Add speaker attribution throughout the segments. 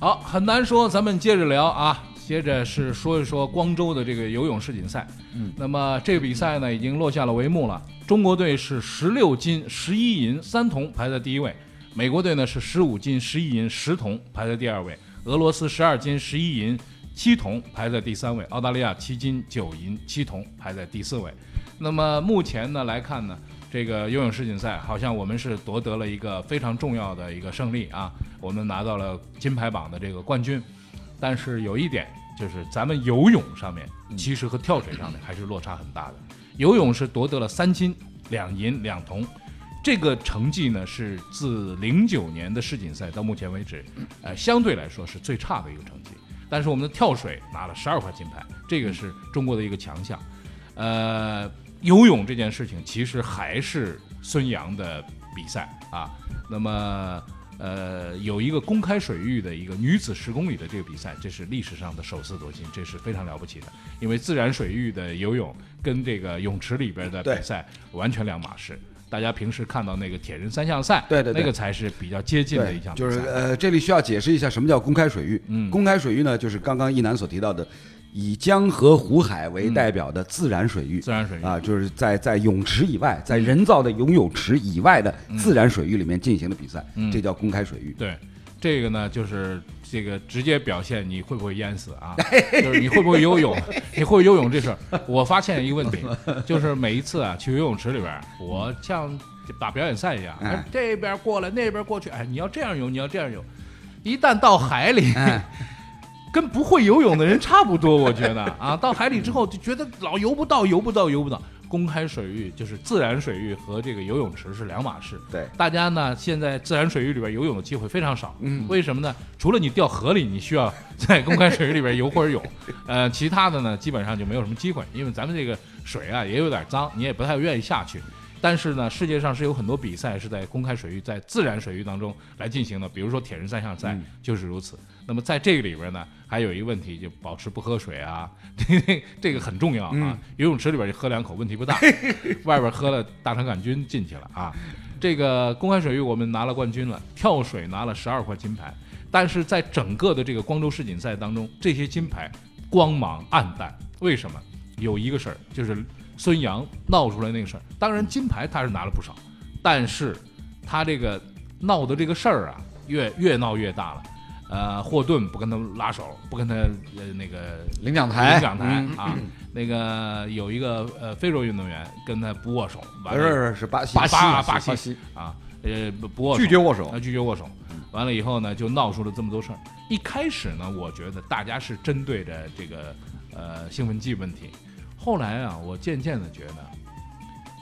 Speaker 1: 好，很难说，咱们接着聊啊。接着是说一说光州的这个游泳世锦赛。
Speaker 2: 嗯，
Speaker 1: 那么这个比赛呢，已经落下了帷幕了。中国队是十六金、十一银、三铜排在第一位，美国队呢是十五金、十一银、十铜排在第二位，俄罗斯十二金、十一银、七铜排在第三位，澳大利亚七金、九银、七铜排在第四位。那么目前呢来看呢，这个游泳世锦赛好像我们是夺得了一个非常重要的一个胜利啊，我们拿到了金牌榜的这个冠军。但是有一点就是，咱们游泳上面其实和跳水上面还是落差很大的。游泳是夺得了三金、两银、两铜，这个成绩呢是自零九年的世锦赛到目前为止，呃，相对来说是最差的一个成绩。但是我们的跳水拿了十二块金牌，这个是中国的一个强项。呃，游泳这件事情其实还是孙杨的比赛啊。那么，呃，有一个公开水域的一个女子十公里的这个比赛，这是历史上的首次夺金，这是非常了不起的。因为自然水域的游泳跟这个泳池里边的比赛完全两码事。大家平时看到那个铁人三项赛，
Speaker 2: 对对对
Speaker 1: 那个才是比较接近的
Speaker 2: 对
Speaker 1: 一项，比赛。
Speaker 2: 就是呃，这里需要解释一下什么叫公开水域。
Speaker 1: 嗯
Speaker 2: 公开水域呢，就是刚刚一楠所提到的，以江河湖海为代表的自然水域。
Speaker 1: 嗯自然水域嗯
Speaker 2: 啊，就是在在泳池以外，在人造的游泳池以外的自然水域里面进行的比赛，
Speaker 1: 嗯
Speaker 2: 这叫公开水域。
Speaker 1: 对，这个呢就是这个直接表现你会不会淹死 啊，就是你会不会游泳，你会游泳这事儿。我发现一个 问题，就是每一次啊去游泳池里边儿，我像打表演赛一样，
Speaker 2: 哎
Speaker 1: 哎这边过来那边过去，哎，你要这样游，你要这样游，一旦到海里。
Speaker 2: 哎
Speaker 1: 跟不会游泳的人差不多，我觉得 啊，到海里之后就觉得老游不到，游不到，游不到。公开水域就是自然水域和这个游泳池是两码事。
Speaker 2: 对
Speaker 1: 大家呢现在自然水域里边游泳的机会非常少，
Speaker 2: 嗯
Speaker 1: 为什么呢？除了你掉河里，你需要在公开水域里边游会儿泳，呃，其他的呢基本上就没有什么机会，因为咱们这个水啊也有点脏，你也不太愿意下去。但是呢，世界上是有很多比赛是在公开水域、在自然水域当中来进行的，比如说铁人三项赛就是如此。那么在这个里边呢，还有一个问题，就保持不喝水啊，这这这个很重要啊。游泳池里边就喝两口问题不大，外边喝了大肠杆菌进去了啊。这个公开水域我们拿了冠军了，跳水拿了十二块金牌，但是在整个的这个光州世锦赛当中，这些金牌光芒暗淡。为什么？有一个事儿，就是孙杨闹出来那个事儿。当然，金牌他是拿了不少，但是他这个闹的这个事儿啊，越越闹越大了。呃，霍顿不跟他拉手，不跟他呃那个
Speaker 2: 领奖
Speaker 1: 领奖台、啊，那个有一个呃非洲运动员跟他不握手，
Speaker 2: 不
Speaker 1: 完
Speaker 2: 是
Speaker 1: 了
Speaker 2: 不是是巴西
Speaker 1: 巴西啊
Speaker 2: 巴
Speaker 1: 巴西啊，呃不不握手
Speaker 3: 拒绝握手
Speaker 1: 啊
Speaker 3: 嗯
Speaker 1: 他。拒绝握手。完了以后呢，就闹出了这么多事儿。一开始呢，我觉得大家是针对着这个呃兴奋剂问题，后来啊，我渐渐的觉得，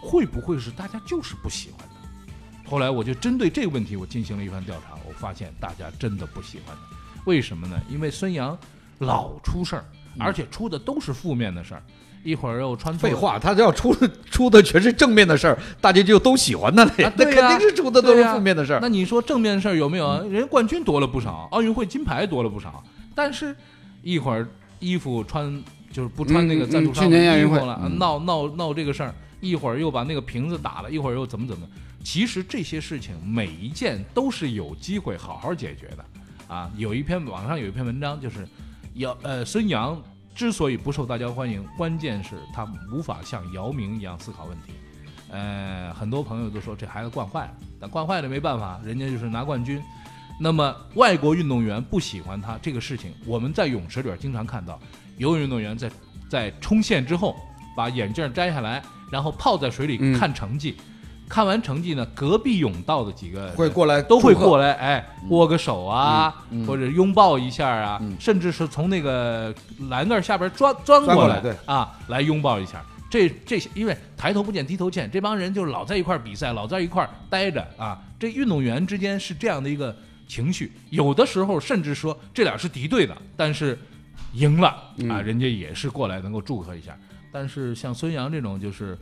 Speaker 1: 会不会是大家就是不喜欢的？后来我就针对这个问题，我进行了一番调查，我发现大家真的不喜欢的。为什么呢？因为孙杨老出事儿，而且出的都是负面的事儿。一会儿又穿错
Speaker 3: 嗯废话，他要出 出的全是正面的事儿，大家就都喜欢他了呀
Speaker 1: 啊。
Speaker 3: 那
Speaker 1: 对
Speaker 3: 肯
Speaker 1: 呀
Speaker 3: 定是出的都
Speaker 1: 对
Speaker 3: 是
Speaker 1: 呀
Speaker 3: 负面的事儿。
Speaker 1: 那你说正面的事儿有没有
Speaker 2: 嗯
Speaker 1: 啊？人家冠军夺了不少，奥运会金牌夺了不少，但是一会儿衣服穿就是不穿那个
Speaker 2: 嗯嗯
Speaker 1: 赞助商
Speaker 2: 去
Speaker 1: 的
Speaker 2: 年亚
Speaker 1: 衣
Speaker 2: 运
Speaker 1: 服
Speaker 2: 会
Speaker 1: 了，
Speaker 2: 嗯
Speaker 1: 闹闹闹这个事儿，一会儿又把那个瓶子打了，一会儿又怎么怎么。其实这些事情每一件都是有机会好好解决的啊。有一篇网上有一篇文章，就是姚呃孙杨之所以不受大家欢迎，关键是他无法像姚明一样思考问题。呃，很多朋友都说这孩子惯坏了，但惯坏了没办法，人家就是拿冠军。那么外国运动员不喜欢他这个事情，我们在泳池里边经常看到，游泳运动员在在冲线之后把眼镜摘下来，然后泡在水里
Speaker 2: 嗯
Speaker 1: 看成绩，看完成绩呢，隔壁泳道的几个
Speaker 2: 会
Speaker 1: 人
Speaker 2: 过来
Speaker 1: 都会
Speaker 2: 祝贺
Speaker 1: 过来，哎，握个手啊，或者拥抱一下啊，
Speaker 2: 嗯
Speaker 1: 甚至是从那个栏杆下边钻钻
Speaker 2: 钻
Speaker 1: 过
Speaker 2: 过
Speaker 1: 来，
Speaker 2: 来对
Speaker 1: 啊，来拥抱一下。这这些，因为抬头不见低头见，这帮人就是老在一块儿比赛，老在一块儿待着啊。这运动员之间是这样的一个情绪，有的时候甚至说这俩是敌对的，但是赢了啊，人家也是过来能够祝贺一下。但是像孙杨这种，就是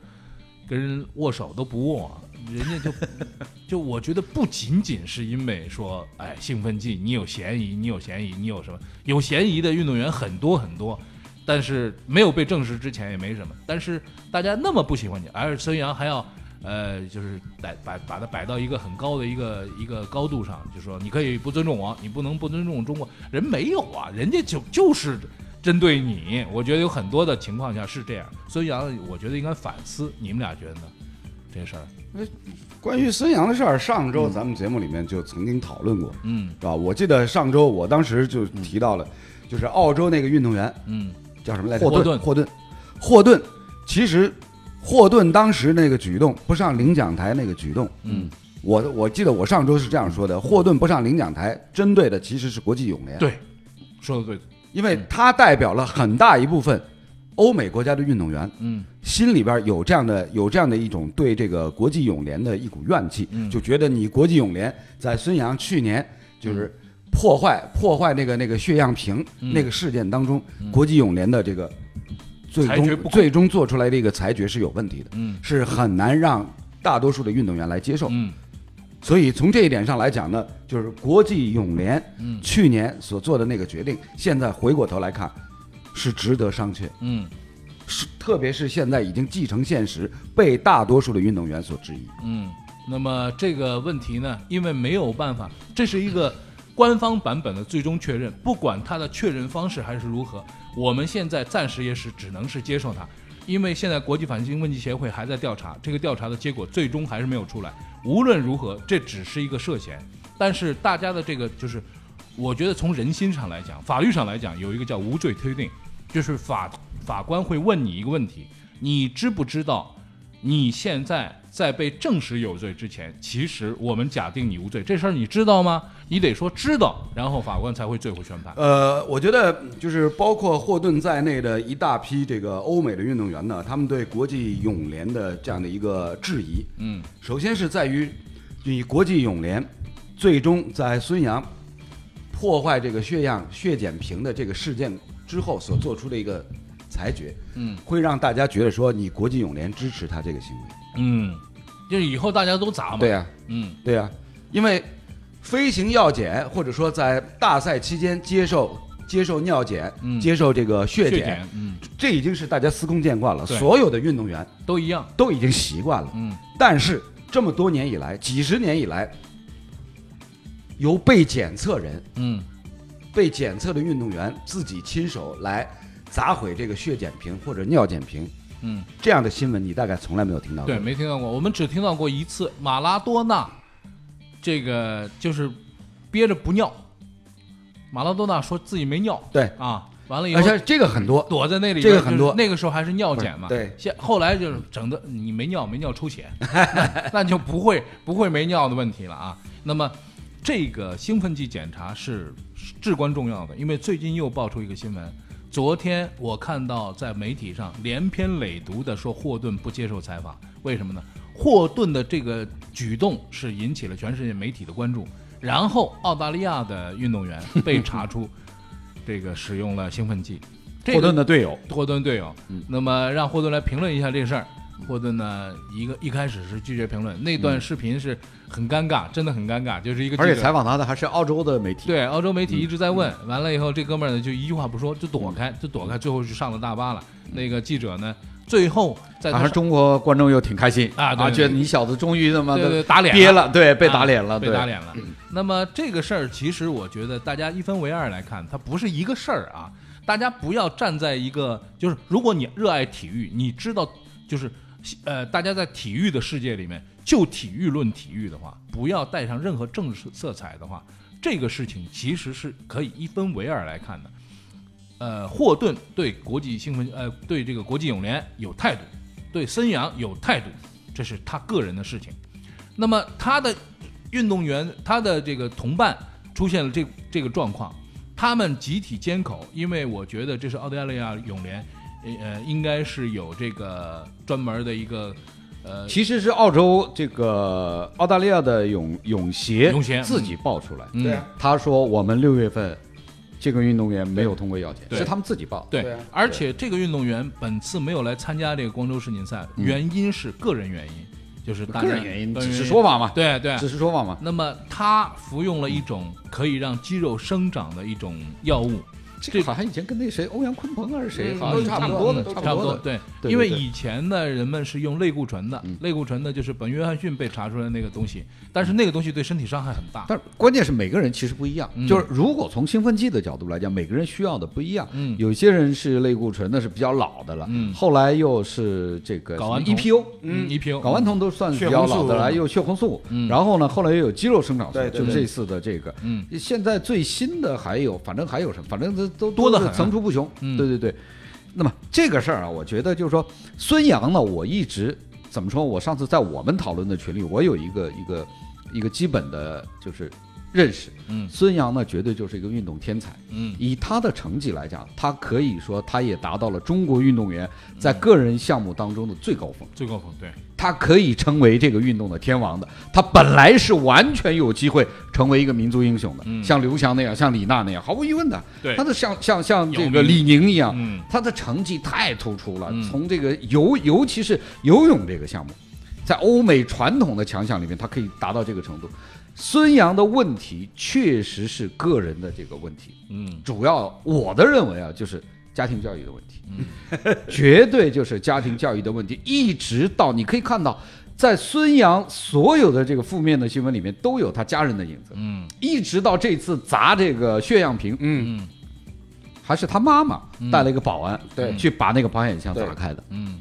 Speaker 1: 跟人握手都不握，人家就 就我觉得不仅仅是因为说，哎，兴奋剂你有嫌疑，你有嫌疑，你有什么有嫌疑的运动员很多很多，但是没有被证实之前也没什么。但是大家那么不喜欢你，而孙杨还要呃，就是摆把把它摆到一个很高的一个一个高度上，就说你可以不尊重我，你不能不尊重中国人没有啊，人家就就是针对你，我觉得有很多的情况下是这样，所以杨，我觉得应该反思，你们俩觉得呢？这事儿，
Speaker 2: 关于孙杨的事儿，上周咱们节目里面就曾经讨论过，
Speaker 1: 嗯
Speaker 2: 是吧？我记得上周我当时就提到了，就是澳洲那个运动员
Speaker 1: 嗯
Speaker 2: 叫什么来着？
Speaker 1: 霍顿
Speaker 2: 霍顿，霍顿，其实霍顿当时那个举动，不上领奖台那个举动，
Speaker 1: 嗯，
Speaker 2: 我我记得我上周是这样说的，霍顿不上领奖台，针对的其实是国际泳联，
Speaker 1: 对，说的对，
Speaker 2: 因为
Speaker 1: 嗯
Speaker 2: 他代表了很大一部分欧美国家的运动员，
Speaker 1: 嗯
Speaker 2: 心里边有这样的有这样的一种对这个国际泳联的一股怨气，
Speaker 1: 嗯
Speaker 2: 就觉得你国际泳联在孙杨去年就是破坏、破坏那个那个血样瓶、
Speaker 1: 嗯
Speaker 2: 那个事件当中，
Speaker 1: 嗯
Speaker 2: 国际泳联的这个最
Speaker 1: 裁决
Speaker 2: 终
Speaker 1: 不公
Speaker 2: 最终做出来的一个裁决是有问题的，
Speaker 1: 嗯
Speaker 2: 是很难让大多数的运动员来接受。
Speaker 1: 嗯
Speaker 2: 所以从这一点上来讲呢，就是国际泳联
Speaker 1: 嗯
Speaker 2: 去年所做的那个决定，现在回过头来看，是值得商榷。
Speaker 1: 嗯
Speaker 2: 是，特别是现在已经既成现实，被大多数的运动员所质疑。
Speaker 1: 嗯。那么这个问题呢，因为没有办法，这是一个官方版本的最终确认，不管它的确认方式还是如何，我们现在暂时也是只能是接受它，因为现在国际反兴奋剂协会还在调查，这个调查的结果最终还是没有出来。无论如何，这只是一个涉嫌，但是大家的这个就是，我觉得从人心上来讲，法律上来讲，有一个叫无罪推定，就是法法官会问你一个问题：你知不知道你现在在被证实有罪之前，其实我们假定你无罪，这事儿你知道吗？你得说知道，然后法官才会最后宣判。
Speaker 2: 呃，我觉得就是包括霍顿在内的一大批这个欧美的运动员呢，他们对国际泳联的这样的一个质疑，
Speaker 1: 嗯
Speaker 2: 首先是在于你国际泳联最终在孙杨破坏这个血样血检瓶的这个事件之后所做出的一个裁决，
Speaker 1: 嗯
Speaker 2: 会让大家觉得说你国际泳联支持他这个行为。
Speaker 1: 嗯，就是以后大家都砸嘛。
Speaker 2: 对呀、
Speaker 1: 嗯
Speaker 2: 对呀、啊因为飞行药检或者说在大赛期间接受接受尿检、
Speaker 1: 嗯
Speaker 2: 接受这个血
Speaker 1: 血
Speaker 2: 检，
Speaker 1: 检，嗯，
Speaker 2: 这已经是大家司空见惯了，
Speaker 1: 对
Speaker 2: 所有的运动员
Speaker 1: 都一样。
Speaker 2: 都已经习惯了。
Speaker 1: 嗯
Speaker 2: 但是这么多年以来，几十年以来，由被检测人、
Speaker 1: 嗯
Speaker 2: 被检测的运动员自己亲手来砸毁这个血检瓶或者尿检瓶
Speaker 1: 嗯，
Speaker 2: 这样的新闻，你大概从来没有听到过。
Speaker 1: 对，没听到过，我们只听到过一次马拉多纳，这个就是憋着不尿，马拉多纳说自己没尿
Speaker 2: 对，
Speaker 1: 啊，完了以后
Speaker 2: 而且这个很多。
Speaker 1: 躲在那里边，
Speaker 2: 这个很多
Speaker 1: 就是那个时候还是尿检嘛，
Speaker 2: 不是对
Speaker 1: 现后来就是整的你没尿，没尿抽 血，那那就不会不会没尿的问题了啊。那么这个兴奋剂检查是是至关重要的，因为最近又爆出一个新闻，昨天我看到在媒体上连篇累牍的说霍顿不接受采访，为什么呢？霍顿的这个举动是引起了全世界媒体的关注，然后澳大利亚的运动员被查出这个使用了兴奋剂。这个
Speaker 3: 霍顿的队友，
Speaker 1: 霍顿队友。
Speaker 3: 嗯
Speaker 1: 那么让霍顿来评论一下这个事儿。霍顿呢，一个一开始是拒绝评论，那段视频是很尴尬，真的很尴尬，就是一个记者
Speaker 3: 嗯而且采访嗯他的还是澳洲的媒体。
Speaker 1: 对澳洲媒体一直在问，完了以后这哥们儿呢就一句话不说，就躲
Speaker 3: 嗯
Speaker 1: 开，就躲开，最后就上了大巴了。那个记者呢，最后在
Speaker 3: 当
Speaker 1: 他
Speaker 3: 然，嗯啊中国观众又挺开心
Speaker 1: 啊对对对
Speaker 3: 觉得你小子终于他妈
Speaker 1: 对对
Speaker 3: 的
Speaker 1: 打脸
Speaker 3: 憋了，对，被打
Speaker 1: 啊
Speaker 3: 脸了，
Speaker 1: 被
Speaker 3: 对
Speaker 1: 打。脸了。那么这个事儿，其实我觉得大家一分为二来看，它不是一个事儿啊。大家不要站在一个，就是如果你热爱体育，你知道，就是呃，大家在体育的世界里面，就体育论体育的话，不要带上任何政治色彩的话，这个事情其实是可以一分为二来看的。呃，霍顿对国际兴奋呃对这个国际泳联有态度，对孙杨有态度，这是他个人的事情。那么他的运动员，他的这个同伴出现了这这个状况，他们集体缄口，因为我觉得这是澳大利亚泳联，呃，应该是有这个专门的一个呃
Speaker 3: 其实是澳洲这个澳大利亚的泳泳协
Speaker 1: 泳协
Speaker 3: 自己爆出来，
Speaker 1: 嗯
Speaker 2: 对啊
Speaker 3: 他说我们六月份这个运动员没有通过药检，
Speaker 1: 对
Speaker 3: 是他们自己报。
Speaker 1: 对，
Speaker 2: 对啊
Speaker 1: 而且这个运动员本次没有来参加这个光州世锦赛，原因是个人原因，就是大
Speaker 3: 嗯个
Speaker 1: 家
Speaker 3: 人原因
Speaker 1: 个
Speaker 3: 只是说法嘛，
Speaker 1: 对对。
Speaker 3: 只是说法嘛。
Speaker 1: 那么他服用了一种可以让肌肉生长的一种药物，
Speaker 3: 这个好像以前跟那谁欧阳鲲鹏还啊是谁，
Speaker 2: 嗯
Speaker 3: 好
Speaker 2: 都
Speaker 3: 像
Speaker 2: 差不
Speaker 3: 不
Speaker 2: 多
Speaker 3: 多的，
Speaker 2: 都
Speaker 3: 差
Speaker 1: 啊差不
Speaker 3: 多
Speaker 1: 多
Speaker 3: 的。
Speaker 1: 对，
Speaker 3: 对
Speaker 1: 因为
Speaker 3: 对嗯
Speaker 1: 以前呢，人们是用类固醇的，类固醇呢就是本约翰逊被查出来那个东西，但是那个东西对身体伤害很大。
Speaker 3: 但是关键是每个人其实不一样，
Speaker 1: 嗯
Speaker 3: 就是如果从兴奋剂的角度来讲，每个人需要的不一样。
Speaker 1: 嗯
Speaker 3: 有些人是类固醇，那是比较老的了，
Speaker 1: 嗯
Speaker 3: 后来又是这个
Speaker 1: 睾丸酮
Speaker 3: EPO，
Speaker 1: 嗯，EPO
Speaker 3: 睾丸酮都算是比较老的
Speaker 2: 血红
Speaker 3: 了，
Speaker 2: 素
Speaker 3: 又有血红素，
Speaker 1: 嗯
Speaker 3: 然后呢，后来又有肌肉生长素，
Speaker 2: 对对
Speaker 3: 就是
Speaker 2: 对
Speaker 3: 这次的这个。
Speaker 1: 嗯，
Speaker 3: 现在最新的还有，反正还有什么，反正都都
Speaker 1: 多得很
Speaker 3: 都是层出不穷。
Speaker 1: 嗯
Speaker 3: 对对对。那么这个事儿啊，我觉得就是说，孙杨呢，我一直怎么说？我上次在我们讨论的群里，我有一个一个一个基本的就是认识。
Speaker 1: 嗯
Speaker 3: 孙杨呢，绝对就是一个运动天才。
Speaker 1: 嗯
Speaker 3: 以他的成绩来讲，他可以说他也达到了中国运动员在
Speaker 1: 嗯
Speaker 3: 个人项目当中的最高峰。
Speaker 1: 最高峰对，
Speaker 3: 他可以成为这个运动的天王的，他本来是完全有机会成为一个民族英雄的，
Speaker 1: 嗯
Speaker 3: 像刘翔那样，像李娜那样，毫无疑问的，
Speaker 1: 对
Speaker 3: 他啊的像像像这
Speaker 1: 姚
Speaker 3: 个
Speaker 1: 明
Speaker 3: 李宁一样，
Speaker 1: 嗯
Speaker 3: 他的成绩太突出了，
Speaker 1: 嗯
Speaker 3: 从这个游，尤其是游泳这个项目，在欧美传统的强项里面，他可以达到这个程度。孙杨的问题确实是个人的这个问题，
Speaker 1: 嗯
Speaker 3: 主要我的认为啊，就是家庭教育的问题， 绝对就是家庭教育的问题。一直到你可以看到，在孙杨所有的这个负面的新闻里面，都有他家人的影子。
Speaker 1: 嗯
Speaker 3: 一直到这次砸这个血样瓶，
Speaker 2: 嗯，
Speaker 1: 嗯
Speaker 3: 还是他妈妈
Speaker 1: 嗯
Speaker 3: 带了一个保安，
Speaker 2: 对
Speaker 3: 去把那个保险箱
Speaker 2: 对
Speaker 3: 砸开的，
Speaker 1: 嗯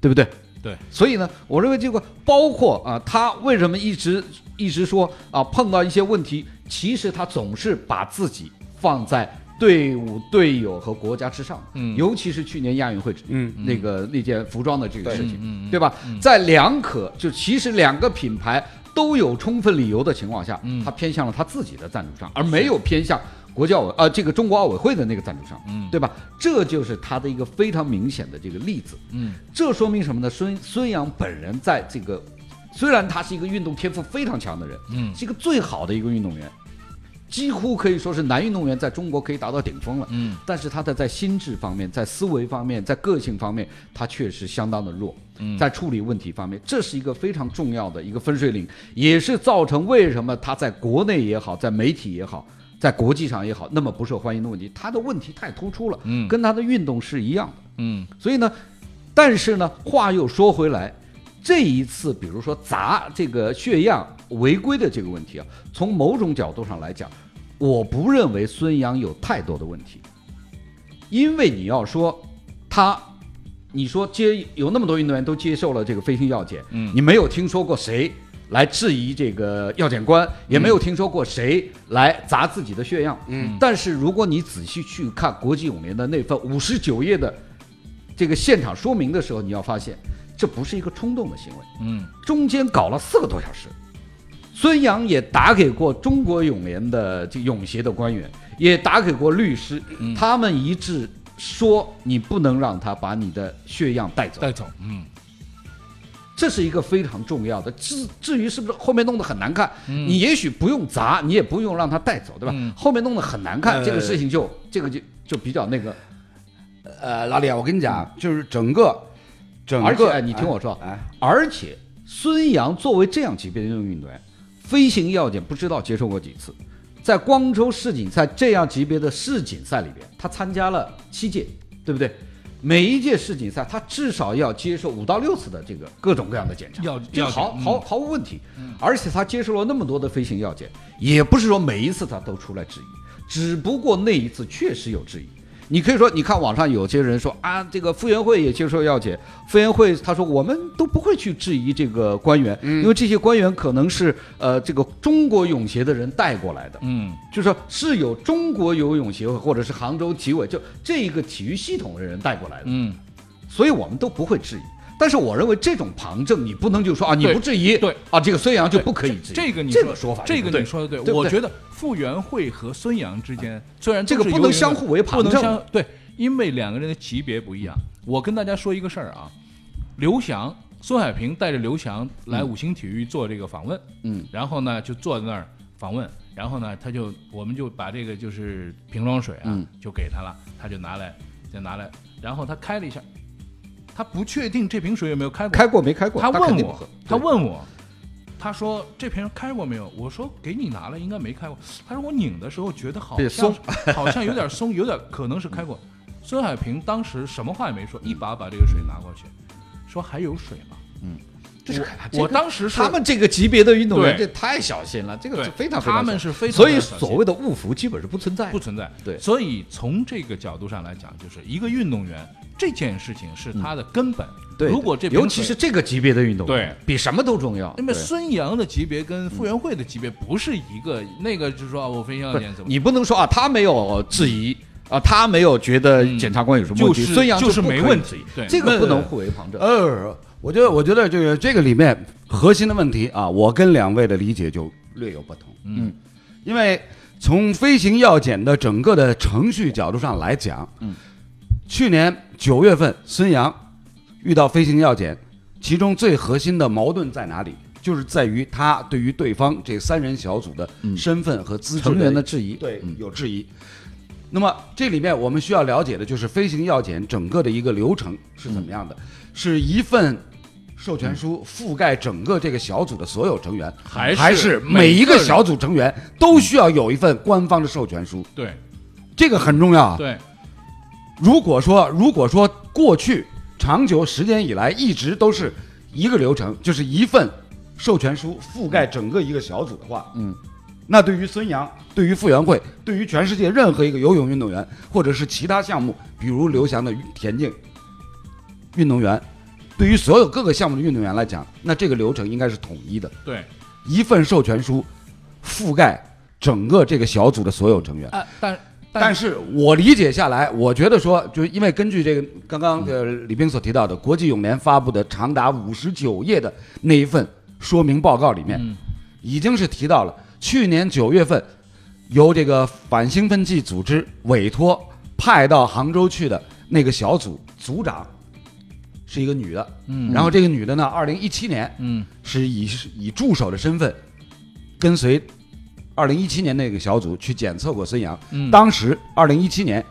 Speaker 3: 对不对？
Speaker 1: 对，
Speaker 3: 所以呢，我认为这个包括啊，他为什么一直一直说啊，碰到一些问题，其实他总是把自己放在队伍、队友和国家之上，
Speaker 1: 嗯
Speaker 3: 尤其是去年亚运会，
Speaker 2: 嗯，
Speaker 3: 那个那件服装的这个
Speaker 2: 对
Speaker 3: 事情，
Speaker 1: 嗯嗯嗯
Speaker 3: 对吧？在两可就其实两个品牌都有充分理由的情况下，
Speaker 1: 嗯
Speaker 3: 他偏向了他自己的赞助商，而没有偏向国际奥委呃这个中国奥委会的那个赞助商，
Speaker 1: 嗯
Speaker 3: 对吧？这就是他的一个非常明显的这个例子。
Speaker 1: 嗯
Speaker 3: 这说明什么呢？孙孙杨本人在这个，虽然他是一个运动天赋非常强的人，
Speaker 1: 嗯
Speaker 3: 是一个最好的一个运动员，几乎可以说是男运动员在中国可以达到顶峰了。
Speaker 1: 嗯
Speaker 3: 但是他的在心智方面、在思维方面、在个性方面，他确实相当的弱。
Speaker 1: 嗯
Speaker 3: 在处理问题方面，这是一个非常重要的一个分水岭，也是造成为什么他在国内也好，在媒体也好，在国际上也好，那么不受欢迎的问题。他的问题太突出了，
Speaker 1: 嗯
Speaker 3: 跟他的运动是一样的。
Speaker 1: 嗯
Speaker 3: 所以呢，但是呢，话又说回来，这一次比如说砸这个血样违规的这个问题啊，从某种角度上来讲，我不认为孙杨有太多的问题，因为你要说他。你说接有那么多运动员都接受了这个飞行药检，
Speaker 1: 嗯
Speaker 3: 你没有听说过谁来质疑这个药检官，也没有听说过谁来砸自己的血样，
Speaker 2: 嗯，
Speaker 3: 但是如果你仔细去看国际泳联的那份五十九页的这个现场说明的时候，你要发现这不是一个冲动的行为，
Speaker 1: 嗯
Speaker 3: 中间搞了四个多小时。孙杨也打给过中国泳联的这泳协的官员，也打给过律师，他们一致说你不能让他把你的血样带走，
Speaker 1: 带走嗯
Speaker 3: 这是一个非常重要的。至至于是不是后面弄得很难看，你也许不用砸，你也不用让他带走，对吧？
Speaker 1: 嗯
Speaker 3: 后面弄得很难看，
Speaker 2: 呃
Speaker 3: 这个事情就这个就就比较那个。
Speaker 2: 呃，老李啊，我跟你讲啊，就是整个，整
Speaker 3: 而且
Speaker 2: 个，
Speaker 3: 哎你听我说，
Speaker 2: 哎，
Speaker 3: 而且孙杨作为这样级别的运动员，飞行药检不知道接受过几次，在光州世锦赛这样级别的世锦赛里边，他参加了七届，对不对？每一届世锦赛，他至少要接受五到六次的这个各种各样的检查，
Speaker 1: 药
Speaker 3: 这
Speaker 1: 药
Speaker 3: 个
Speaker 1: 检
Speaker 3: 毫
Speaker 1: 嗯
Speaker 3: 毫毫无问题。而且他接受了那么多的飞行药检，也不是说每一次他都出来质疑，只不过那一次确实有质疑。你可以说，你看网上有些人说啊，这个傅园慧也接受药检，傅园慧他说我们都不会去质疑这个官员，因为这些官员可能是呃这个中国泳协的人带过来的，
Speaker 1: 嗯
Speaker 3: 就是说是有中国游泳协会或者是杭州体委就这一个体育系统的人带过来的，
Speaker 1: 嗯
Speaker 3: 所以我们都不会质疑。但是我认为这种旁证，你不能就说啊，你
Speaker 1: 对
Speaker 3: 不质疑，
Speaker 1: 对
Speaker 3: 啊，这个孙杨就不可以质疑。
Speaker 1: 这个你
Speaker 3: 这个说法就
Speaker 1: 这
Speaker 3: 不对，
Speaker 1: 个你说的对，
Speaker 3: 对不
Speaker 1: 我
Speaker 3: 对
Speaker 1: 觉得傅园慧和孙杨之间虽然
Speaker 3: 这个
Speaker 1: 都是
Speaker 3: 不
Speaker 1: 游
Speaker 3: 能
Speaker 1: 泳
Speaker 3: 相
Speaker 1: 员
Speaker 3: 互为旁
Speaker 1: 不能
Speaker 3: 证
Speaker 1: 相对，因为两个人的级别不一样。我跟大家说一个事儿啊，刘翔、孙海平带着刘翔来五星体育做这个访问，
Speaker 3: 嗯，
Speaker 1: 然后呢就坐在那儿访问，然后呢他就我们就把这个就是瓶装水啊、
Speaker 3: 嗯
Speaker 1: 就给他了，他就拿来就拿来，然后他开了一下，他不确定这瓶水有没有开过，
Speaker 3: 开过没开过？
Speaker 1: 他
Speaker 3: 肯
Speaker 1: 问
Speaker 3: 定不
Speaker 1: 我
Speaker 3: 喝，
Speaker 1: 他
Speaker 3: 对
Speaker 1: 问我，他说这瓶开过没有？我说给你拿了，应该没开过。他说我拧的时候觉得好
Speaker 3: 对
Speaker 1: 像是好像有点松，有点可能是开过。孙海平当时什么话也没说，一把把这个水拿过去，说还有水吗？
Speaker 3: 这是
Speaker 1: 我我当时是
Speaker 3: 他们这个级别的运动员，
Speaker 1: 对
Speaker 3: 这太小心了，这个
Speaker 1: 对
Speaker 3: 是非常非常
Speaker 1: 他们
Speaker 3: 小
Speaker 1: 是非常
Speaker 3: 所以
Speaker 1: 非常小心
Speaker 3: 所谓的误服基本是不存在的
Speaker 1: 不。存在。
Speaker 3: 对
Speaker 1: 所以从这个角度上来讲，就是一个运动员这件事情是他的根本。
Speaker 3: 对，
Speaker 1: 如果这瓶
Speaker 3: 尤其
Speaker 1: 水
Speaker 3: 是这个级别的运动，
Speaker 1: 对，
Speaker 3: 比什么都重
Speaker 2: 啊
Speaker 3: 要。
Speaker 1: 那么
Speaker 3: 对
Speaker 1: 孙杨的级别跟傅园慧的级别不是一个，那个就是说啊我非常要
Speaker 3: 不是
Speaker 1: 点怎么，
Speaker 3: 你不能说啊，他没有质疑啊，他没有觉得
Speaker 1: 嗯
Speaker 3: 检察官有什么问
Speaker 1: 就
Speaker 3: 题，
Speaker 1: 是
Speaker 3: 孙杨
Speaker 1: 就是
Speaker 3: 不
Speaker 1: 没
Speaker 3: 可以
Speaker 1: 问
Speaker 3: 质疑
Speaker 1: 题，对
Speaker 3: 这个不能
Speaker 2: 那
Speaker 3: 互为旁证。
Speaker 2: 呃，我觉得，我觉得这个这个里面核心的问题啊，我跟两位的理解就略有不同。
Speaker 1: 嗯，
Speaker 2: 因为从飞行药检的整个的程序角度上来讲，
Speaker 3: 嗯，
Speaker 2: 去年九月份孙杨遇到飞行药检，其中最核心的矛盾在哪里？就是在于他对于对方这三人小组的身份和资质
Speaker 3: 成员
Speaker 2: 的
Speaker 3: 的质疑，
Speaker 2: 对，有质疑。那么这里面我们需要了解的就是飞行药检整个的一个流程是怎么样的，是一份授
Speaker 3: 嗯
Speaker 2: 权书覆盖整个这个小组的所有成员，
Speaker 1: 还是
Speaker 2: 还是每一
Speaker 1: 每个
Speaker 2: 个
Speaker 1: 人
Speaker 2: 小组成员都需要有一份官方的授权书，
Speaker 1: 对
Speaker 2: 这个很重要啊。
Speaker 1: 对，
Speaker 2: 如果说如果说过去长久时间以来一直都是一个流程，就是一份授权书覆盖整个一个小组的话，
Speaker 3: 嗯，
Speaker 2: 那对于孙杨、对于傅园慧、对于全世界任何一个游泳运动员，或者是其他项目，比如刘翔的田径运动员，对于所有各个项目的运动员来讲，那这个流程应该是统一的，
Speaker 1: 对，
Speaker 2: 一份授权书覆盖整个这个小组的所有成员。
Speaker 1: 啊，但
Speaker 2: 呃但
Speaker 1: 是
Speaker 2: 是我理解下来，我觉得说，就是因为根据这个刚刚呃李冰所提到的国际泳联发布的长达五十九页的那一份说明报告里面，
Speaker 1: 嗯
Speaker 2: 已经是提到了去年九月份由这个反兴奋剂组织委托派到杭州去的那个小组组长是一个女的，
Speaker 1: 嗯
Speaker 2: 然后这个女的呢，二零一七年
Speaker 1: 嗯
Speaker 2: 是以以助手的身份跟随二零一七年那个小组去检测过孙杨。
Speaker 1: 嗯，
Speaker 2: 当时二零一七年，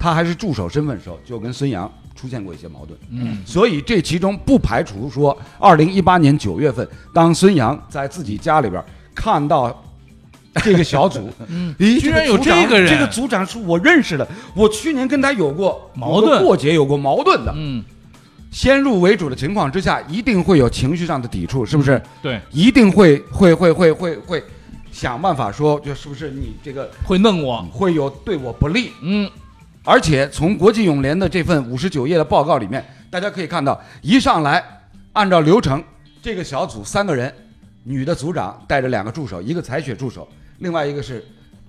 Speaker 2: 他还是助手身份的时候，就跟孙杨出现过一些矛盾，
Speaker 1: 嗯
Speaker 2: 所以这其中不排除说，二零一八年九月份，当孙杨在自己家里边看到。这个 小组，
Speaker 1: 嗯
Speaker 2: 咦
Speaker 1: 居然有
Speaker 2: 这组长
Speaker 1: 这个人
Speaker 2: 这个组长是我认识的，我去年跟他有过
Speaker 1: 矛盾
Speaker 2: 有过过节有过矛盾的。
Speaker 1: 嗯，
Speaker 2: 先入为主的情况之下，一定会有情绪上的抵触，是不是？
Speaker 1: 对，
Speaker 2: 一定会会会会会会想办法说，就是不是你这个
Speaker 1: 会弄我，
Speaker 2: 会有对我不利，
Speaker 1: 嗯
Speaker 2: 而且从国际泳联的这份五十九页的报告里面，大家可以看到，一上来按照流程，这个小组三个人，女的组长带着两个助手，一个采血助手，另外一个是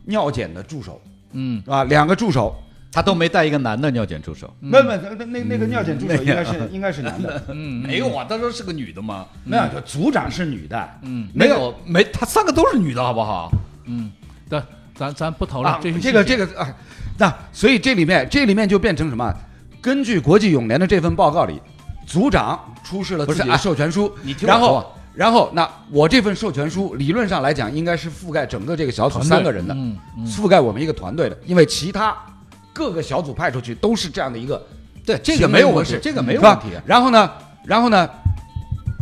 Speaker 2: 尿检的助手，
Speaker 1: 嗯
Speaker 2: 是吧？两个助手，
Speaker 3: 他都没带一个男的尿检助手，
Speaker 1: 嗯
Speaker 2: 没没那那那个尿检助手应该 是应该是男 的，
Speaker 1: 嗯，
Speaker 3: 没有啊，他说是个女的嘛，
Speaker 2: 没有，就组长是女的，
Speaker 1: 嗯
Speaker 3: 没有没，他三个都是女的，好不好？
Speaker 1: 嗯，但咱咱不讨
Speaker 2: 啊
Speaker 1: 论，这些
Speaker 2: 这个
Speaker 1: 细节
Speaker 2: 这个啊，那所以这里面这里面就变成什么？根据国际泳联的这份报告里，组长出示了
Speaker 3: 不
Speaker 2: 自
Speaker 3: 是
Speaker 2: 己的
Speaker 3: 哎
Speaker 2: 授权书，
Speaker 3: 你听我
Speaker 2: 然
Speaker 3: 说
Speaker 2: 后然后那我这份授权书理论上来讲应该是覆盖整个这个小组
Speaker 1: 团队
Speaker 2: 三个人的，
Speaker 1: 嗯嗯
Speaker 2: 覆盖我们一个团队的，因为其他各个小组派出去都是这样的一个
Speaker 3: 对，这
Speaker 2: 行
Speaker 3: 个
Speaker 2: 为
Speaker 3: 没有
Speaker 2: 模
Speaker 3: 问
Speaker 2: 式
Speaker 3: 题，这个没有
Speaker 2: 是吧
Speaker 3: 问题。
Speaker 2: 然后呢，然后呢，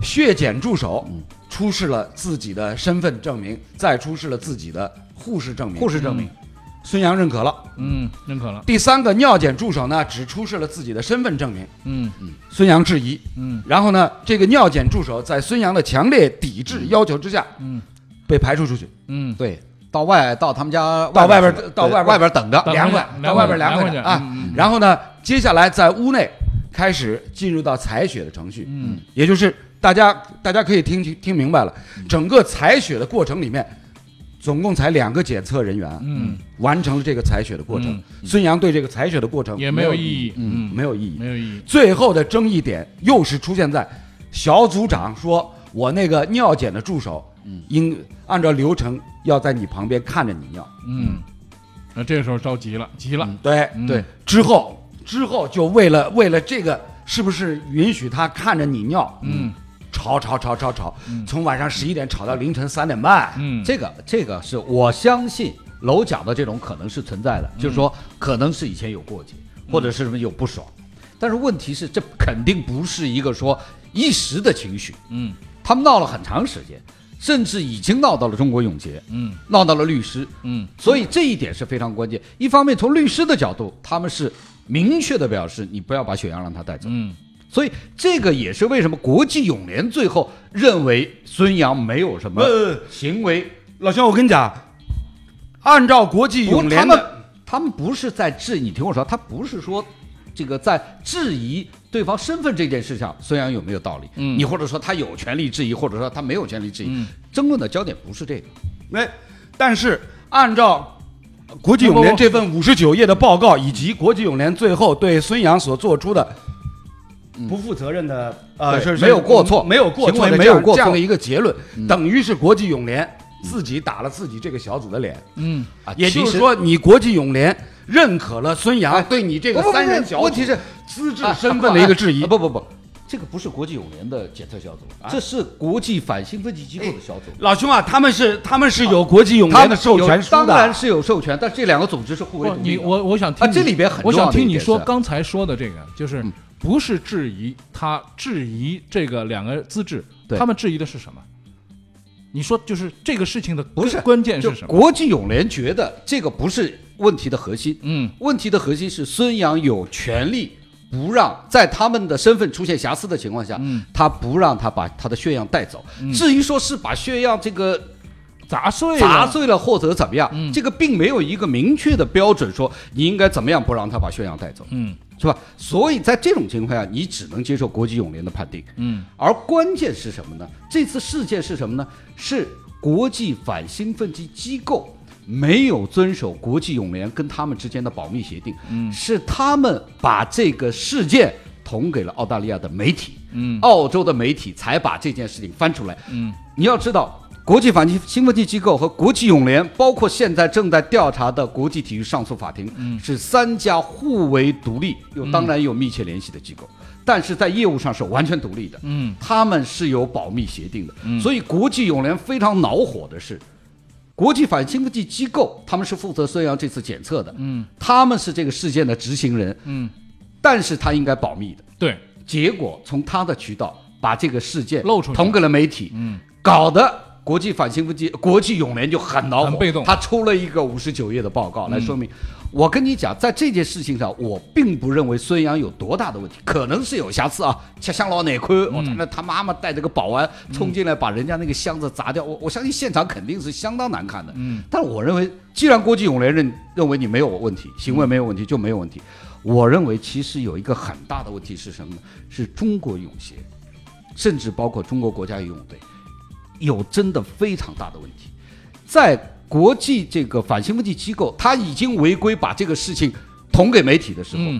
Speaker 2: 血检助手出示了自己的身份证明，再出示了自己的护士证明，
Speaker 3: 护士证明，
Speaker 2: 孙杨认可了。
Speaker 1: 嗯，认可了，
Speaker 2: 第三个尿检助手呢，只出示了自己的身份证明，
Speaker 1: 嗯
Speaker 2: 孙杨质疑。
Speaker 1: 嗯
Speaker 2: 然后呢，这个尿检助手在孙杨的强烈抵制要求之下，
Speaker 1: 嗯
Speaker 2: 被排除出去，
Speaker 1: 嗯，
Speaker 3: 对，到外到他们家
Speaker 2: 到外边
Speaker 3: 去了
Speaker 2: 到
Speaker 3: 对
Speaker 2: 外边
Speaker 3: 外边等着
Speaker 1: 到，
Speaker 2: 啊凉快，
Speaker 1: 外
Speaker 2: 到外边
Speaker 1: 凉
Speaker 2: 凉
Speaker 1: 快
Speaker 2: 快
Speaker 1: 去
Speaker 2: 点啊
Speaker 1: 嗯嗯。
Speaker 2: 然后呢，接下来在屋内开始进入到采血的程序，
Speaker 1: 嗯
Speaker 2: 也就是大家大家可以听听听明白了，
Speaker 1: 嗯
Speaker 2: 整个采血的过程里面，总共才两个检测人员
Speaker 1: 嗯，
Speaker 2: 完成了这个采血的过程
Speaker 1: 嗯。
Speaker 2: 孙杨对这个采血的过程
Speaker 1: 也没
Speaker 2: 没
Speaker 1: 有意
Speaker 2: 义，
Speaker 1: 义，嗯，
Speaker 2: 没有意义。
Speaker 1: 没有意义，
Speaker 2: 最后的争议点又是出现在小组长说：“我那个尿检的助手，应按照流程要在你旁边看着你尿。
Speaker 1: 嗯，那这个时候着急了，急了，
Speaker 2: 对
Speaker 1: 嗯
Speaker 2: 对，之后之后就为了为了这个是不是允许他看着你尿，
Speaker 1: 嗯
Speaker 2: 吵吵吵吵吵
Speaker 1: 嗯，
Speaker 2: 从晚上十一点吵到凌晨三点半。
Speaker 1: 嗯，
Speaker 3: 这个这个是我相信楼角的这种可能是存在
Speaker 1: 嗯
Speaker 3: 的，就是说可能是以前有过节，或者是什么有不爽，但是问题是这肯定不是一个说一时的情绪，
Speaker 1: 嗯
Speaker 3: 他们闹了很长时间。甚至已经闹到了中国泳协，
Speaker 1: 嗯
Speaker 3: 闹到了律师，
Speaker 1: 嗯
Speaker 3: 所以这一点是非常关键。一方面，从律师的角度，他们是明确的表示，你不要把雪阳让他带走。
Speaker 1: 嗯
Speaker 3: 所以这个也是为什么国际泳联最后认为孙杨没有什么
Speaker 2: 呃
Speaker 3: 行为，
Speaker 2: 老兄，我跟你讲，按照国际
Speaker 3: 不
Speaker 2: 泳
Speaker 3: 他
Speaker 2: 联
Speaker 3: 们
Speaker 2: 的，
Speaker 3: 他们不是在质疑，你听我说，他不是说这个在质疑对方身份这件事上，孙杨有没有道理？
Speaker 1: 嗯
Speaker 3: 你或者说他有权利质疑，或者说他没有权利质疑，
Speaker 1: 嗯，
Speaker 3: 争论的焦点不是这个。
Speaker 2: 哎，但是按照国际泳
Speaker 1: 不不
Speaker 2: 联
Speaker 1: 不
Speaker 2: 这份五十九页的报告，以及国际泳联最后对孙杨所做出的
Speaker 4: 不负责任的，呃，
Speaker 2: 啊
Speaker 3: 对
Speaker 4: 是是
Speaker 3: 没有过错
Speaker 4: 没有过
Speaker 2: 行
Speaker 4: 错
Speaker 2: 为
Speaker 4: 的这样，
Speaker 2: 嗯没有过
Speaker 4: 这
Speaker 2: 这
Speaker 4: 样
Speaker 2: 样
Speaker 4: 的
Speaker 2: 的一个结论，
Speaker 3: 嗯
Speaker 2: 等于是国际泳联自己打了自己这个小组的脸。
Speaker 1: 嗯
Speaker 3: 啊，
Speaker 2: 也
Speaker 3: 其
Speaker 2: 就
Speaker 3: 实哎
Speaker 2: 是，说，你国际泳联认可了孙杨对你这个
Speaker 3: 不不不
Speaker 2: 三人小组
Speaker 3: 问题是
Speaker 2: 资质
Speaker 3: 啊
Speaker 2: 身份的一个质疑啊
Speaker 3: 啊。不不不，这个不是国际泳联的检测小组，这是国际反兴奋剂机构的小组。
Speaker 2: 老兄啊，他们是他们是有国际泳
Speaker 3: 他
Speaker 2: 联
Speaker 3: 们
Speaker 2: 的授权
Speaker 3: 有
Speaker 2: 书
Speaker 3: 当
Speaker 2: 的，
Speaker 3: 然是有授权，但这两个组织是互为
Speaker 1: 不
Speaker 3: 独，立
Speaker 1: 你
Speaker 3: 的。
Speaker 1: 我我想听
Speaker 3: 啊
Speaker 1: 你
Speaker 3: 这里边很
Speaker 1: 我
Speaker 3: 重要
Speaker 1: 想
Speaker 3: 的一
Speaker 1: 听
Speaker 3: 点
Speaker 1: 你说
Speaker 3: 是啊
Speaker 1: 刚才说的这个，就是
Speaker 3: 嗯
Speaker 1: 不是质疑他质疑这个两个资质，
Speaker 3: 对
Speaker 1: 他们质疑的是什么？你说就是这个事情的
Speaker 3: 不是
Speaker 1: 关键
Speaker 3: 就是
Speaker 1: 什么？
Speaker 3: 国际泳联觉得这个不是问题的核心，
Speaker 1: 嗯
Speaker 3: 问题的核心是孙杨有权利不让在他们的身份出现瑕疵的情况下，
Speaker 1: 嗯，
Speaker 3: 他不让他把他的血样带走。
Speaker 1: 嗯
Speaker 3: 至于说是把血样这个
Speaker 1: 砸碎
Speaker 3: 砸
Speaker 1: 了，
Speaker 3: 碎了或者怎么样，
Speaker 1: 嗯
Speaker 3: 这个并没有一个明确的标准说你应该怎么样不让他把血样带走，
Speaker 1: 嗯
Speaker 3: 是吧？所以在这种情况下，你只能接受国际泳联的判定。
Speaker 1: 嗯
Speaker 3: 而关键是什么呢？这次事件是什么呢？是国际反兴奋剂机构没有遵守国际泳联跟他们之间的保密协定，
Speaker 1: 嗯
Speaker 3: 是他们把这个事件捅给了澳大利亚的媒体，
Speaker 1: 嗯
Speaker 3: 澳洲的媒体才把这件事情翻出来。
Speaker 1: 嗯
Speaker 3: 你要知道，国际反兴奋剂机构和国际泳联，包括现在正在调查的国际体育上诉法庭，
Speaker 1: 嗯
Speaker 3: 是三家互为独立又当然有密切联系的机构，但是在业务上是完全独立的。
Speaker 1: 嗯
Speaker 3: 他们是有保密协定的，
Speaker 1: 嗯
Speaker 3: 所以国际泳联非常恼火的是，国际反兴奋剂机构他们是负责孙杨这次检测的，
Speaker 1: 嗯
Speaker 3: 他们是这个事件的执行人，
Speaker 1: 嗯，
Speaker 3: 但是他应该保密的。
Speaker 1: 对，
Speaker 3: 结果从他的渠道把这个事件
Speaker 1: 露出来
Speaker 3: 捅给了媒体，
Speaker 1: 嗯
Speaker 3: 搞得国际反兴奋剂国际泳联就很恼火，
Speaker 1: 很被动嗯
Speaker 3: 他出了一个五十九页的报告来说明。我跟你讲，在这件事情上，我并不认为孙杨有多大的问题，可能是有瑕疵啊，像像老哪亏，
Speaker 1: 嗯
Speaker 3: 我、那他妈妈带着个保安冲进来，把人家那个箱子砸掉，我我相信现场肯定是相当难看的。
Speaker 1: 嗯
Speaker 3: 但是我认为，既然国际泳联认认为你没有问题，行为没有问题，就没有问题。我认为其实有一个很大的问题是什么呢？是中国泳协，甚至包括中国国家游泳队，有真的非常大的问题。在国际这个反兴奋剂机构，他已经违规把这个事情捅给媒体的时候，
Speaker 1: 嗯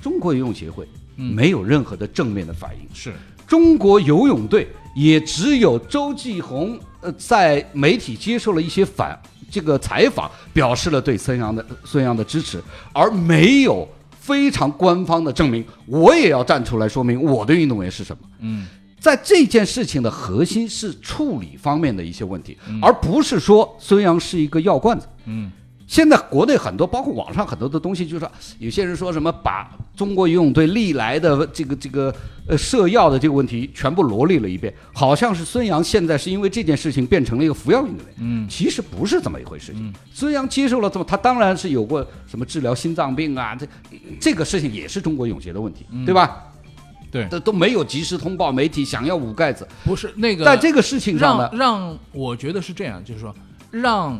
Speaker 3: 中国游泳协会
Speaker 1: 嗯
Speaker 3: 没有任何的正面的反应。
Speaker 1: 是
Speaker 3: 中国游泳队也只有周继红，呃，在媒体接受了一些反这个采访，表示了对孙杨的孙杨的支持，而没有非常官方的证明。我也要站出来说明我的运动员是什么。
Speaker 1: 嗯
Speaker 3: 在这件事情的核心是处理方面的一些问题，而不是说孙杨是一个药罐子。
Speaker 1: 嗯
Speaker 3: 现在国内很多，包括网上很多的东西，就是说有些人说什么把中国游泳队历来的这个这个呃涉药的这个问题全部罗列了一遍，好像是孙杨现在是因为这件事情变成了一个服药运动员。
Speaker 1: 嗯
Speaker 3: 其实不是这么一回事情。孙杨接受了这么，他当然是有过什么治疗心脏病啊，这这个事情也是中国泳协的问题，对吧？
Speaker 1: 嗯对，
Speaker 3: 都都没有及时通报媒体，想要捂盖子。
Speaker 1: 不是那个
Speaker 3: 在这个事情上呢
Speaker 1: 让，让我觉得是这样，就是说让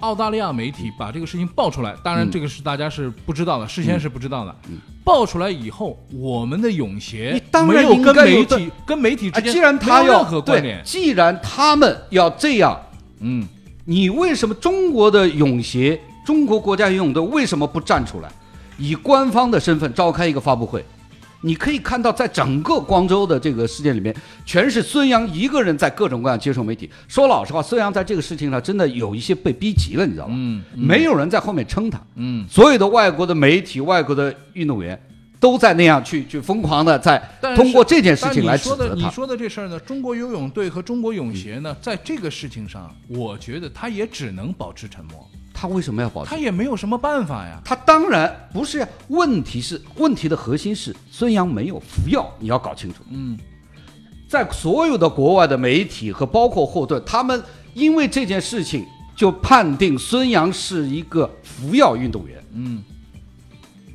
Speaker 1: 澳大利亚媒体把这个事情爆出来，当然
Speaker 3: 嗯
Speaker 1: 这个是大家是不知道的，事先是不知道的。
Speaker 3: 嗯
Speaker 1: 爆出来以后，我们的泳协
Speaker 3: 你当然
Speaker 1: 没有跟
Speaker 3: 应该有
Speaker 1: 媒
Speaker 3: 的
Speaker 1: 体跟媒体
Speaker 3: 啊，
Speaker 1: 之间，
Speaker 3: 既然他
Speaker 1: 任
Speaker 3: 要
Speaker 1: 何关
Speaker 3: 对
Speaker 1: 联，，
Speaker 3: 既然他们要这样。
Speaker 1: 嗯
Speaker 3: 你为什么中国的泳协、中国国家游泳队为什么不站出来，以官方的身份召开一个发布会？你可以看到，在整个光州的这个事件里面，全是孙杨一个人在各种各样接受媒体。说老实话，孙杨在这个事情上真的有一些被逼急了，你知道吗？
Speaker 1: 嗯，嗯
Speaker 3: 没有人在后面撑他，
Speaker 1: 嗯，
Speaker 3: 所有的外国的媒体、外国的运动员都在那样去去疯狂的在
Speaker 1: 但是
Speaker 3: 通过这件事情
Speaker 1: 但
Speaker 3: 来
Speaker 1: 你
Speaker 3: 指
Speaker 1: 说的
Speaker 3: 责
Speaker 1: 你
Speaker 3: 他。嗯
Speaker 1: 说的这事儿呢，中国游泳队和中国泳协呢，在这个事情上，我觉得他也只能保持沉默，
Speaker 3: 他为什么要保持
Speaker 1: 他也没有什么办法呀。
Speaker 3: 他当然不是呀，问题是问题的核心是孙杨没有服药，你要搞清楚。
Speaker 1: 嗯
Speaker 3: 在所有的国外的媒体和包括霍顿，他们因为这件事情就判定孙杨是一个服药运动员，
Speaker 1: 嗯，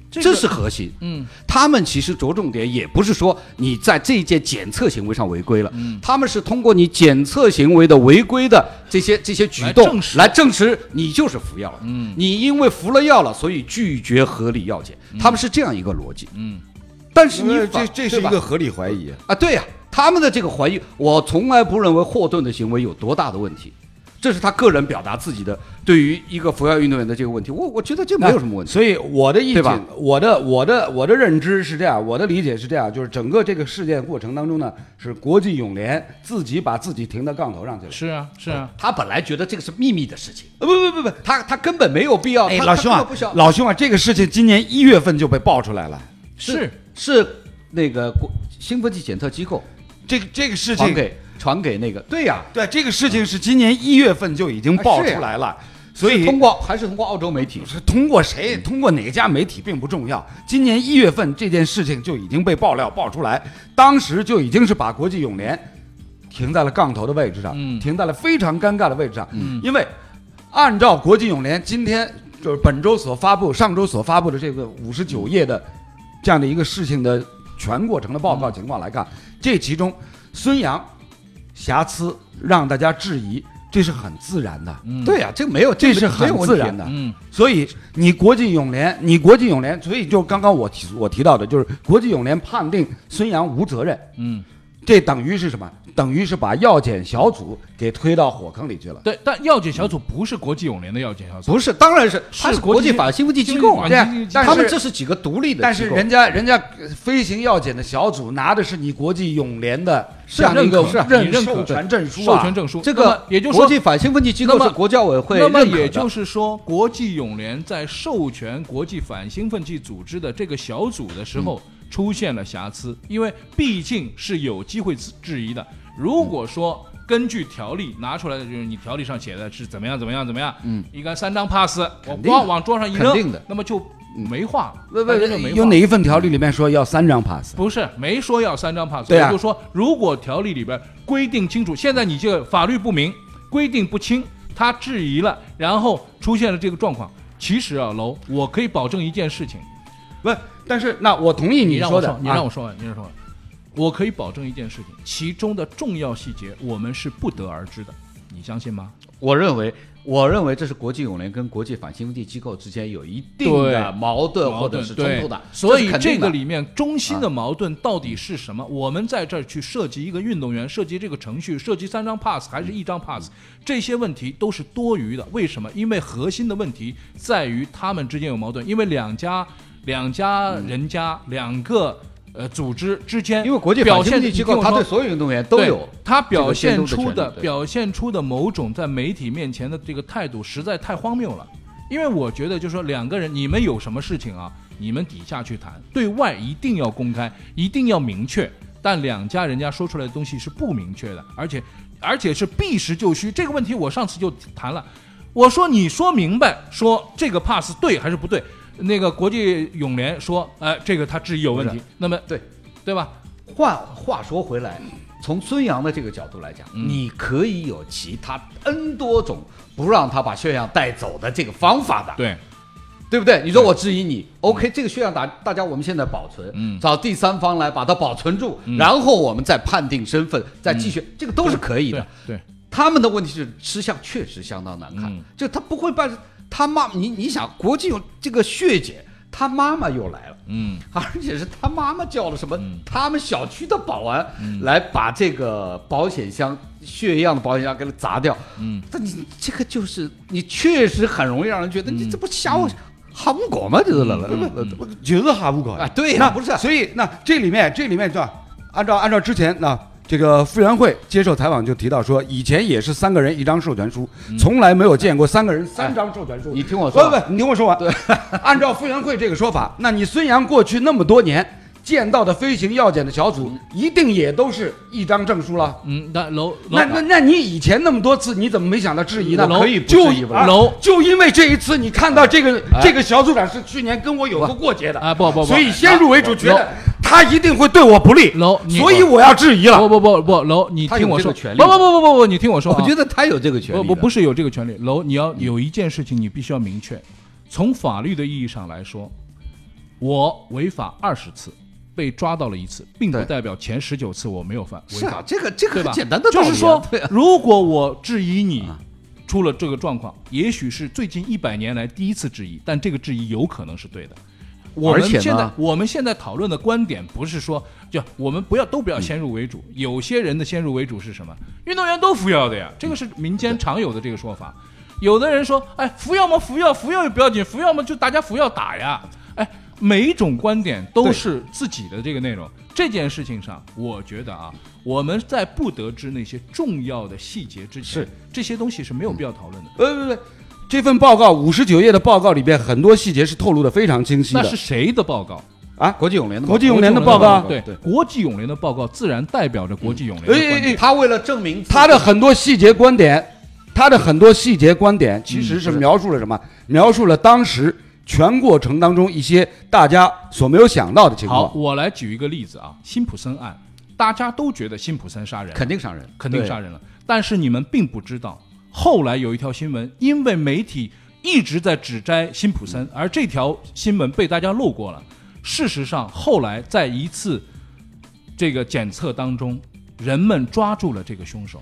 Speaker 3: 这
Speaker 1: 个
Speaker 3: 是核心。
Speaker 1: 嗯
Speaker 3: 他们其实着重点也不是说你在这一件检测行为上违规了，
Speaker 1: 嗯
Speaker 3: 他们是通过你检测行为的违规的这些这些举动
Speaker 1: 来证实
Speaker 3: 证实你就是服药了，
Speaker 1: 嗯
Speaker 3: 你因为服了药了，所以拒绝合理药检，他们是这样一个逻辑。
Speaker 1: 嗯，
Speaker 3: 但是你反
Speaker 2: 这这是
Speaker 3: 对
Speaker 2: 一
Speaker 3: 吧
Speaker 2: 个合理怀疑。
Speaker 3: 啊，对呀、他们的这个怀疑，我从来不认为霍顿的行为有多大的问题，这是他个人表达自己的对于一个服药运动员的这个问题，我我觉得这没有什么问题。
Speaker 2: 所以我的意
Speaker 3: 对
Speaker 2: 见
Speaker 3: 吧，
Speaker 2: 我的呃我的我的认知是这样，我的理解是这样，就是整个这个事件过程当中呢，是国际泳联自己把自己停到杠头上去了。
Speaker 1: 是啊是啊，
Speaker 3: 他本来觉得这个是秘密的事情，
Speaker 2: 呃不不不不，
Speaker 3: 他他根本没有必要。
Speaker 2: 哎，
Speaker 3: 他
Speaker 2: 老
Speaker 3: 他
Speaker 2: 兄
Speaker 3: 根
Speaker 2: 啊
Speaker 3: 本不需要，
Speaker 2: 老兄啊，这个事情今年一月份就被爆出来了。
Speaker 1: 是
Speaker 3: 是那个国兴奋剂检测机构
Speaker 2: 这个这个事
Speaker 3: 传
Speaker 2: 情，
Speaker 3: 给传给那个，对呀、
Speaker 2: 对这个事情是今年一月份就已经爆出来了，所以
Speaker 3: 通过还哎是通过澳洲媒体。
Speaker 2: 是通过谁，通过哪家媒体并不重要。今年一月份这件事情就已经被爆料爆出来，当时就已经是把国际泳联停在了杠头的位置上，
Speaker 1: 嗯
Speaker 2: 停在了非常尴尬的位置上。
Speaker 1: 嗯
Speaker 2: 因为按照国际泳联今天就是本周所发布、上周所发布的这个五十九页的这样的一个事情的全过程的报告情况来看，这其中孙杨瑕疵让大家质疑，这是很自然的。
Speaker 1: 嗯
Speaker 3: 对呀、这个没有，
Speaker 2: 这是
Speaker 3: 个没
Speaker 2: 很
Speaker 3: 有问
Speaker 2: 自
Speaker 3: 题
Speaker 2: 然的，
Speaker 1: 嗯
Speaker 2: 所以你国际泳联，你国际泳联，所以就刚刚我提我提到的，就是国际泳联判定孙杨无责任，
Speaker 1: 嗯
Speaker 2: 这等于是什么？等于是把药检小组给推到火坑里去了。
Speaker 1: 对，但药检小组不是国际泳联的药检小组，
Speaker 3: 不是，当然是
Speaker 1: 是
Speaker 3: 它是
Speaker 1: 国
Speaker 3: 国际
Speaker 1: 际
Speaker 3: 反兴奋剂机构
Speaker 1: 国
Speaker 3: 啊，
Speaker 1: 际反
Speaker 2: 兴奋剂机构
Speaker 3: 他
Speaker 2: 但
Speaker 3: 们
Speaker 2: 是
Speaker 3: 这是几个独立的机构，
Speaker 2: 但是人家人家飞行药检的小组拿的是你国际泳联的这样的一个
Speaker 1: 是啊
Speaker 2: 认
Speaker 1: 你认可
Speaker 2: 授权证书
Speaker 1: 授
Speaker 2: 啊
Speaker 1: 权，证书，
Speaker 3: 这
Speaker 1: 那么
Speaker 3: 个
Speaker 1: 也就是
Speaker 3: 国
Speaker 1: 说
Speaker 3: 际反兴奋剂机构
Speaker 1: 那么
Speaker 3: 是国教委会
Speaker 1: 那么
Speaker 3: 认可
Speaker 1: 也
Speaker 3: 的
Speaker 1: 就是说，国际泳联在授权国际反兴奋剂组织的这个小组的时
Speaker 3: 嗯
Speaker 1: 候出现了瑕疵，因为毕竟是有机会质质疑的。如果
Speaker 3: 嗯
Speaker 1: 说根据条例拿出来的就是你条例上写的是怎么样怎么样怎么样，
Speaker 3: 嗯，
Speaker 1: 应该三张 pass，我
Speaker 3: 肯定的
Speaker 1: 光往桌上一
Speaker 3: 肯定
Speaker 1: 扔
Speaker 3: 的，嗯
Speaker 1: 那么就没话了，
Speaker 3: 喂
Speaker 1: 大
Speaker 3: 喂
Speaker 1: 家就没
Speaker 2: 有
Speaker 1: 话了
Speaker 2: 哪一份条例里面说要三张 pass？
Speaker 1: 不是没说要三张 pass，
Speaker 2: 对啊
Speaker 1: 我就说如果条例里边规定清楚，现在你这个法律不明，规定不清，他质疑了，然后出现了这个状况。其实啊，楼，我可以保证一件事情，
Speaker 2: 不，但是那我同意
Speaker 1: 你让
Speaker 2: 哎说
Speaker 1: 我
Speaker 2: 的啊
Speaker 1: 说，，你让
Speaker 2: 我
Speaker 1: 我说完，你让我说完，我可以保证一件事情，其中的重要细节我们是不得而知的，你相信吗？
Speaker 3: 我认为，我认为这是国际泳联跟国际反兴奋剂机构之间有一定
Speaker 1: 对
Speaker 3: 的矛盾
Speaker 1: 矛
Speaker 3: 或者
Speaker 1: 盾
Speaker 3: 是冲
Speaker 1: 对
Speaker 3: 突的，
Speaker 1: 所以
Speaker 3: 这是肯
Speaker 1: 这
Speaker 3: 定
Speaker 1: 个
Speaker 3: 的啊
Speaker 1: 里面中心的矛盾到底是什么？我们在这儿去涉及一个运动员，涉及这个程序，涉及三
Speaker 3: 嗯
Speaker 1: 张 pass 还是一张 pass，这些问题都是多余的。为什么？因为核心的问题在于他们之间有矛盾，因为两家两家人家两个呃组织之间，
Speaker 3: 嗯因为国际反
Speaker 1: 表现
Speaker 3: 兴奋剂
Speaker 1: 你
Speaker 3: 机
Speaker 1: 听
Speaker 3: 构
Speaker 1: 我
Speaker 3: 它
Speaker 1: 说
Speaker 3: 对所有运动员都
Speaker 1: 对
Speaker 3: 有，
Speaker 1: 他表现
Speaker 3: 监
Speaker 1: 出
Speaker 3: 督的
Speaker 1: 的
Speaker 3: 权利对
Speaker 1: 表现出的某种在媒体面前的这个态度实在太荒谬了。因为我觉得，就说两个人，你们有什么事情啊，你们底下去谈，对外一定要公开，一定要明确。但两家人家说出来的东西是不明确的，而且而且是避实就虚。这个问题我上次就谈了，我说你说明白，说这个 pass 对还是不对？那个国际泳联说，哎、这个他质疑有问题。那么
Speaker 3: 对
Speaker 1: 对吧？
Speaker 3: 话话说回来，从孙杨的这个角度来讲，
Speaker 1: 嗯
Speaker 3: 你可以有其他 N 多种不让他把血样带走的这个方法的，
Speaker 1: 对，
Speaker 3: 对不对？你说我质疑你，OK，这个血样大大家我们现在保存，
Speaker 1: 嗯
Speaker 3: 找第三方来把它保存住，
Speaker 1: 嗯
Speaker 3: 然后我们再判定身份，再继续，这个都是可以
Speaker 1: 对
Speaker 3: 的。
Speaker 1: 对，
Speaker 3: 他们的问题是吃相确实相当难看，
Speaker 1: 嗯
Speaker 3: 就他不会办，他妈你你想国际有这个血姐，他妈妈又来了。
Speaker 1: 嗯
Speaker 3: 而且是他妈妈叫了什么？
Speaker 1: 嗯
Speaker 3: 他们小区的保安来把这个保险箱、血样的保险箱给它砸掉。
Speaker 1: 嗯。
Speaker 3: 但你这个就是你确实很容易让人觉得
Speaker 1: 嗯
Speaker 3: 你这不瞎哈不搞吗？这是了了
Speaker 2: 就是哈不管
Speaker 3: 啊？对
Speaker 2: 那
Speaker 3: 呀，不是
Speaker 2: 所以那这里面这里面就按照按照之前那这个傅园慧接受采访就提到说，以前也是三个人一张授权书，从来没有见过三个人三张授权书。
Speaker 3: 你听我
Speaker 2: 不
Speaker 3: 说啊
Speaker 2: 不，你听我说完。对，按照傅园慧这个说法，那你孙杨过去那么多年见到的飞行药检的小组，一定也都是一张证书了。
Speaker 1: 嗯，那楼楼
Speaker 2: 那那那你以前那么多次，你怎么没想到质疑呢？
Speaker 1: 楼
Speaker 2: 可以
Speaker 1: 不质
Speaker 2: 就
Speaker 1: 疑吧
Speaker 2: 啊
Speaker 1: 楼
Speaker 2: 就因为这一次，你看到这个这个小组长是去年跟我有过过节的
Speaker 1: 啊不不不
Speaker 2: 所以先入为主，觉得他一定会对我不利，
Speaker 1: 楼，你
Speaker 2: 所以我要质疑了。
Speaker 1: 不不不不楼，你听我说，
Speaker 3: 他有这个权利
Speaker 1: 不不不不不不，你听我说啊，
Speaker 3: 我觉得他有这个权利
Speaker 1: 不
Speaker 3: 的。
Speaker 1: 不不是有这个权利，楼，你要有一件事情你必须要明确，从法律的意义上来说，我违法二十次，被抓到了一次，并不
Speaker 3: 对
Speaker 1: 代表前十九次我没有犯违
Speaker 3: 是
Speaker 1: 法
Speaker 3: 啊，，这个这个
Speaker 1: 对
Speaker 3: 很
Speaker 1: 吧？
Speaker 3: 简单的道
Speaker 1: 就
Speaker 3: 理啊、
Speaker 1: 是说
Speaker 3: 对啊，
Speaker 1: 如果我质疑你。出了这个状况，也许是最近一百年来第一次质疑，但这个质疑有可能是对的。我们
Speaker 3: 而且呢
Speaker 1: 现在我们现在讨论的观点不是说，就我们不要都不要先入为主。有些人的先入为主是什么？运动员都服药的呀，这个是民间常有的这个说法。有的人说，哎，服药嘛，服药，服药也不要紧，服药嘛就大家服药打呀。哎，每一种观点都是自己的这个内容。这件事情上，我觉得啊，我们在不得知那些重要的细节之前，
Speaker 2: 是
Speaker 1: 这些东西是没有必要讨论的。
Speaker 2: 呃，不不不，这份报告五十九页的报告里边很多细节是透露的非常清晰
Speaker 1: 那
Speaker 2: 的。
Speaker 1: 是谁的报告？
Speaker 3: 国际泳联的
Speaker 2: 国际泳
Speaker 1: 国
Speaker 2: 联
Speaker 1: 际
Speaker 2: 的报告啊，
Speaker 1: 对，国际泳联的报告自然代表着国际泳联的
Speaker 2: 哎哎
Speaker 1: 观点。
Speaker 3: 他为了证明自己
Speaker 2: 他的很多细节观点，他的很多细节观点其实嗯是描述了什么？描述了当时全过程当中一些大家所没有想到的情
Speaker 1: 好，
Speaker 2: 况。
Speaker 1: 我来举一个例子啊，辛普森案，大家都觉得辛普森杀人
Speaker 3: 肯定伤人，
Speaker 1: 肯定杀人了，但是你们并不知道，后来有一条新闻，因为媒体一直在指摘辛普
Speaker 2: 嗯
Speaker 1: 森，而这条新闻被大家漏过了。事实上，后来在一次这个检测当中，人们抓住了这个凶手。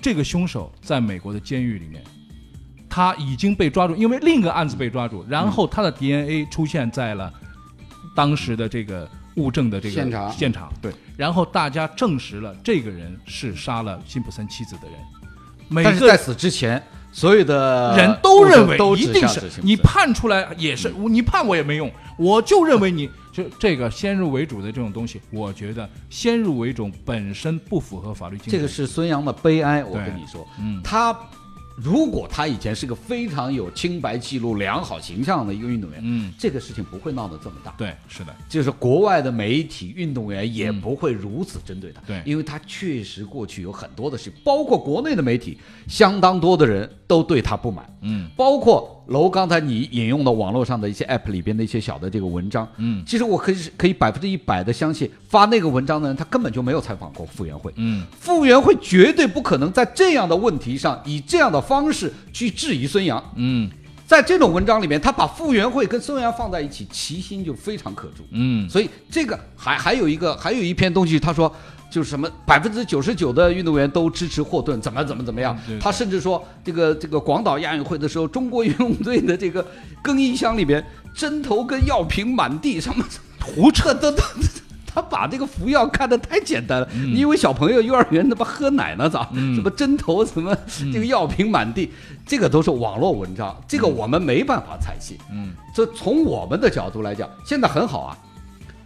Speaker 1: 这个凶手在美国的监狱里面，他已经被抓住，因为另一个案子被抓住，然后他的 DNA 出现在了当时的这个物证的这个
Speaker 2: 现场
Speaker 1: 现场
Speaker 2: 对，
Speaker 1: 然后大家证实了这个人是杀了辛普森妻子的人，每
Speaker 3: 但是
Speaker 1: 个
Speaker 3: 在此之前，所有的
Speaker 1: 人都认为
Speaker 3: 都
Speaker 1: 一
Speaker 3: 指
Speaker 1: 定
Speaker 3: 向
Speaker 1: 是
Speaker 3: 执行
Speaker 1: 你
Speaker 3: 不是
Speaker 1: 判出来也是，你判我也没用，我就认为你就这个先入为主的这种东西，我觉得先入为主本身不符合法律精神。
Speaker 3: 这个是孙杨的悲哀。我跟
Speaker 1: 对
Speaker 3: 你说，
Speaker 1: 嗯，
Speaker 3: 他如果他以前是个非常有清白记录、良好形象的一个运动员，
Speaker 1: 嗯，
Speaker 3: 这个事情不会闹得这么大。
Speaker 1: 对，是的，
Speaker 3: 就是国外的媒体、运动员也不会如此针对他，
Speaker 1: 嗯对
Speaker 3: 因为他确实过去有很多的事，包括国内的媒体，相当多的人都对他不满，
Speaker 1: 嗯
Speaker 3: 包括楼刚才你引用的网络上的一些 app 里边的一些小的这个文章，
Speaker 1: 嗯
Speaker 3: 其实我可以可以百分之一百的相信，发那个文章的人他根本就没有采访过傅园慧，
Speaker 1: 嗯，
Speaker 3: 傅园慧绝对不可能在这样的问题上以这样的方式去质疑孙杨，
Speaker 1: 嗯
Speaker 3: 在这种文章里面，他把傅园慧跟孙杨放在一起，其心就非常可诛。
Speaker 1: 嗯，
Speaker 3: 所以这个还还有一个还有一篇东西，他说就是什么百分之九十九的运动员都支持霍顿，怎么怎么怎么样
Speaker 1: 嗯对。
Speaker 3: 他甚至说这个这个广岛亚运会的时候，中国游泳队的这个更衣箱里边针头跟药瓶满地，什么胡扯 都都。他把这个服药看得太简单了，
Speaker 1: 嗯
Speaker 3: 你以为小朋友幼儿园他妈喝奶呢咋？什么针头，什么
Speaker 1: 嗯
Speaker 3: 这个药瓶满地，这个都是网络文章，这个我们没办法采信。
Speaker 1: 嗯，
Speaker 3: 这从我们的角度来讲，现在很好啊，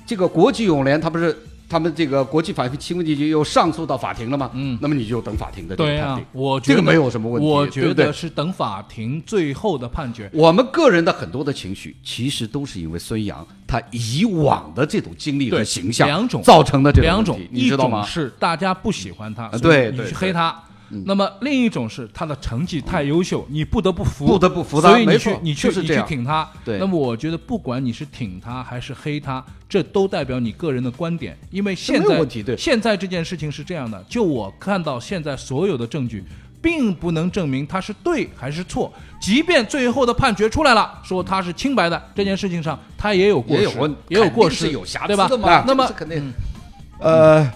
Speaker 3: 这个国际泳联他不是他们这个国际法庭问题就又上诉到法庭了吗？
Speaker 1: 嗯
Speaker 3: 那么你就等法庭的这个
Speaker 1: 对
Speaker 3: 判
Speaker 1: 啊
Speaker 3: 定，，
Speaker 1: 我
Speaker 3: 这
Speaker 1: 觉
Speaker 3: 个
Speaker 1: 得
Speaker 3: 没有什么问题，
Speaker 1: 我
Speaker 3: 对
Speaker 1: 觉
Speaker 3: 不对
Speaker 1: 得是等法庭最后的判决。
Speaker 3: 我们个人的很多的情绪，其实都是因为孙杨他以往的这种经历和
Speaker 1: 对
Speaker 3: 形象
Speaker 1: 两种
Speaker 3: 造成的这
Speaker 1: 两
Speaker 3: 问
Speaker 1: 种
Speaker 3: 题，，你
Speaker 1: 一
Speaker 3: 知道
Speaker 1: 种
Speaker 3: 吗？
Speaker 1: 是大家不喜欢他，
Speaker 3: 啊
Speaker 1: 所以
Speaker 3: 对
Speaker 1: 你
Speaker 3: 对
Speaker 1: 去
Speaker 3: 对嗯
Speaker 1: 黑他。那么另一种是他的成绩太优秀，你不得不服，
Speaker 3: 不得不服他
Speaker 1: 所以你
Speaker 3: 没
Speaker 1: 去
Speaker 3: 错
Speaker 1: 你去
Speaker 3: 就是
Speaker 1: 你
Speaker 3: 这
Speaker 1: 去
Speaker 3: 样
Speaker 1: 挺他。
Speaker 3: 对
Speaker 1: 那么我觉得不管你是挺他还是黑他，这都代表你个人的观点，因为现
Speaker 3: 没有
Speaker 1: 在
Speaker 3: 问题对
Speaker 1: 现在这件事情是这样的，就我看到现在所有的证据。并不能证明他是对还是错，即便最后的判决出来了，说他是清白的，这件事情上他也有过
Speaker 3: 也
Speaker 1: 失，
Speaker 3: 有问，
Speaker 1: 也有过
Speaker 3: 肯定是
Speaker 1: 失，
Speaker 3: 有瑕疵
Speaker 1: 对吧
Speaker 3: 的？嘛？
Speaker 1: 那么
Speaker 3: 这是肯定
Speaker 2: 呃，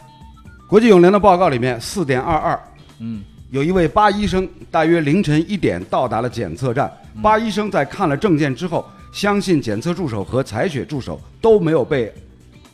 Speaker 2: 国际泳联的报告里面四点二二，
Speaker 1: 嗯，
Speaker 2: 有一位巴医生，大约凌晨一点到达了检测站。巴医生在看了证件之后，相信检测助手和采血助手都没有被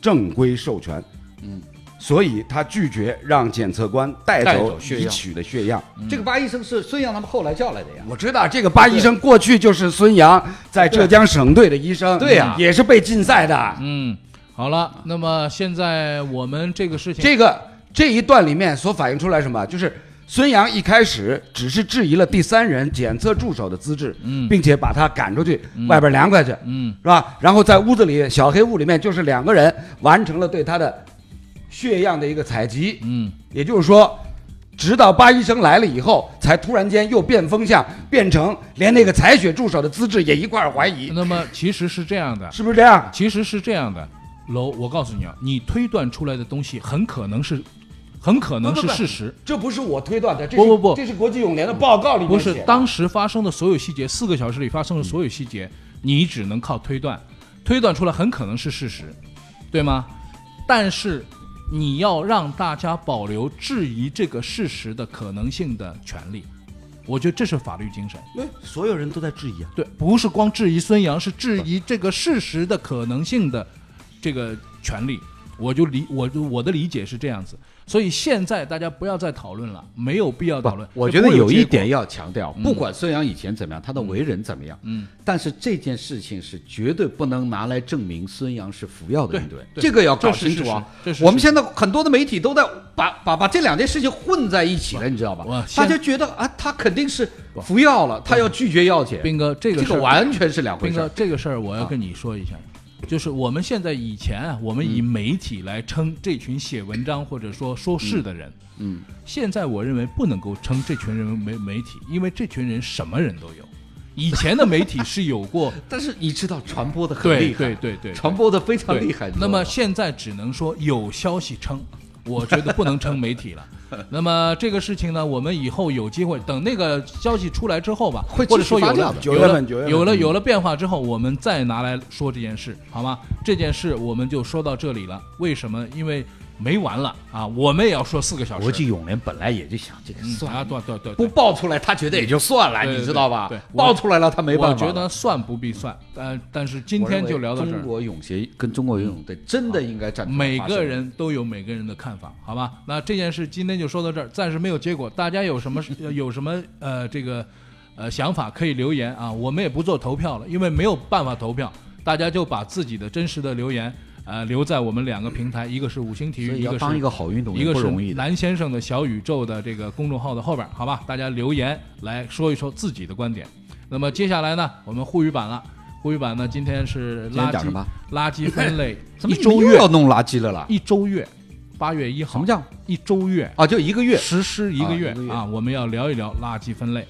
Speaker 2: 正规授权，嗯，所以他拒绝让检测官带
Speaker 3: 带
Speaker 2: 走
Speaker 3: 走血
Speaker 2: 提
Speaker 3: 样
Speaker 2: 取的血样。
Speaker 1: 嗯
Speaker 3: 这个巴医生是孙杨他们后来叫来的呀。
Speaker 2: 我知道这个巴医生过去就是孙杨在浙江省队的医生，
Speaker 3: 对呀
Speaker 2: 也是被禁赛的。
Speaker 1: 嗯，好了，那么现在我们这个事情，
Speaker 2: 这个这一段里面所反映出来什么？就是孙杨一开始只是质疑了第三人检测助手的资质，
Speaker 1: 嗯
Speaker 2: 并且把他赶出去，外边凉快去，
Speaker 1: 嗯
Speaker 2: 是吧？然后在屋子里小黑屋里面，就是两个人完成了对他的血样的一个采集，
Speaker 1: 嗯
Speaker 2: 也就是说。直到巴医生来了以后，才突然间又变风向，变成连那个采血助手的资质也一块儿怀疑，
Speaker 1: 那么其实是这样的，
Speaker 2: 是不是这样？
Speaker 1: 其实是这样的，楼，我告诉你啊，你推断出来的东西很可能是，很可能
Speaker 2: 不
Speaker 1: 是
Speaker 2: 不不
Speaker 1: 事实。
Speaker 2: 这不是我推断的，这是
Speaker 1: 不不不
Speaker 2: 这是国际泳联的报告里面
Speaker 1: 不是
Speaker 2: 写的
Speaker 1: 当时发生的所有细节，四个小时里发生
Speaker 2: 嗯
Speaker 1: 的所有细节，你只能靠推断，推断出来很可能是事实，对吗？但是你要让大家保留质疑这个事实的可能性的权利，我觉得这是法律精神。
Speaker 5: 因为哎所有人都在质疑啊。
Speaker 1: 对，不是光质疑孙杨，是质疑这个事实的可能性的这个权利。我就理我就我的理解是这样子，所以现在大家不要再讨论了，没有必要讨论。
Speaker 3: 我
Speaker 1: 这
Speaker 3: 觉得
Speaker 1: 不会有
Speaker 3: 有一
Speaker 1: 结果
Speaker 3: 点要强调，不管孙杨以前怎么样，他的为人怎么样，
Speaker 1: 嗯，
Speaker 3: 但是这件事情是绝对不能拿来证明孙杨是服药的运动员，
Speaker 1: 对对
Speaker 3: 这个要搞
Speaker 1: 这是
Speaker 3: 清楚
Speaker 1: 事
Speaker 3: 啊
Speaker 1: 实这是事。实
Speaker 3: 我们现在很多的媒体都在把把把这两件事情混在一起了，你知道吧
Speaker 1: 我？
Speaker 3: 大
Speaker 1: 先
Speaker 3: 家觉得啊，他肯定是服药了，他要拒绝药检，
Speaker 1: 斌哥，这
Speaker 3: 这
Speaker 1: 个事
Speaker 3: 个
Speaker 1: 儿
Speaker 3: 完全是两回
Speaker 1: 斌
Speaker 3: 事
Speaker 1: 哥
Speaker 3: 儿。，
Speaker 1: 这个事儿我要跟你说一下，就是我们现在以前啊，我们以媒体来称这群写文章或者说说事的人，
Speaker 3: 嗯，
Speaker 1: 现在我认为不能够称这群人为媒体，因为这群人什么人都有。以前的媒体是有 过
Speaker 3: 但是你知道传播的很
Speaker 1: 对
Speaker 3: 厉害，
Speaker 1: 对对对
Speaker 3: 传播的非常
Speaker 1: 对
Speaker 3: 厉害。你知道
Speaker 1: 那么
Speaker 3: 吧
Speaker 1: 现在只能说有消息称，我觉得不能称媒 体了。那么这个事情呢，我们以后有机会等那个消息出来之后吧，
Speaker 3: 会继
Speaker 1: 或
Speaker 3: 续
Speaker 1: 者说有
Speaker 3: 发酵
Speaker 1: 了
Speaker 3: 的
Speaker 1: 有
Speaker 2: 九月
Speaker 1: 了
Speaker 2: 份九月份
Speaker 1: 有了有了变化之后，我们再拿来说这件事，好吗？这件事我们就说到这里了。为什么？因为没完了啊，我们也要说四个小时。
Speaker 5: 国际泳联本来也就想这个
Speaker 1: 嗯
Speaker 5: 算
Speaker 1: 啊，对对对，
Speaker 3: 不
Speaker 1: 对
Speaker 3: 爆出来，他觉得也就算了，
Speaker 1: 对对
Speaker 3: 哎你知道吧
Speaker 1: 对对？我
Speaker 3: 爆出来了，他没办
Speaker 1: 我
Speaker 3: 法了。
Speaker 1: 觉得算不必算，但但是今天就聊到这
Speaker 3: 我认为
Speaker 1: 儿
Speaker 3: 中。国泳协跟中国游泳队真的应该站出来
Speaker 1: 每
Speaker 3: 发
Speaker 1: 个
Speaker 3: 声
Speaker 1: 人都有每个人的看法，好吧？那这件事今天就说到这儿，暂时没有结果。大家有什么 呃有什么呃这个呃想法可以留言啊，我们也不做投票了，因为没有办法投票，大家就把自己的真实的留言呃留在我们两个平台，一个是五星体
Speaker 5: 所
Speaker 1: 育，
Speaker 5: 以
Speaker 1: 一
Speaker 5: 要
Speaker 1: 个
Speaker 5: 当一
Speaker 1: 是。
Speaker 5: 个好运动
Speaker 1: 一
Speaker 5: 员
Speaker 1: 个
Speaker 5: 不
Speaker 1: 是
Speaker 5: 容易的。
Speaker 1: 蓝先生的小宇宙的这个公众号的后边，好吧，大家留言来说一说自己的观点。那么接下来呢，我们沪语版了，沪语版呢今天是
Speaker 3: 今
Speaker 1: 垃
Speaker 3: 天讲什
Speaker 1: 圾
Speaker 3: 么？
Speaker 1: 垃圾分类
Speaker 3: 怎
Speaker 1: 一
Speaker 3: 么
Speaker 1: 周
Speaker 3: 又
Speaker 1: 月
Speaker 3: 要弄垃圾了啦？
Speaker 1: 一周月，八月一号，
Speaker 3: 什么叫
Speaker 1: 一周月？
Speaker 3: 啊？就一个月
Speaker 1: 实施一个月
Speaker 3: 啊一个月
Speaker 1: 啊，我们要聊一聊垃圾分类，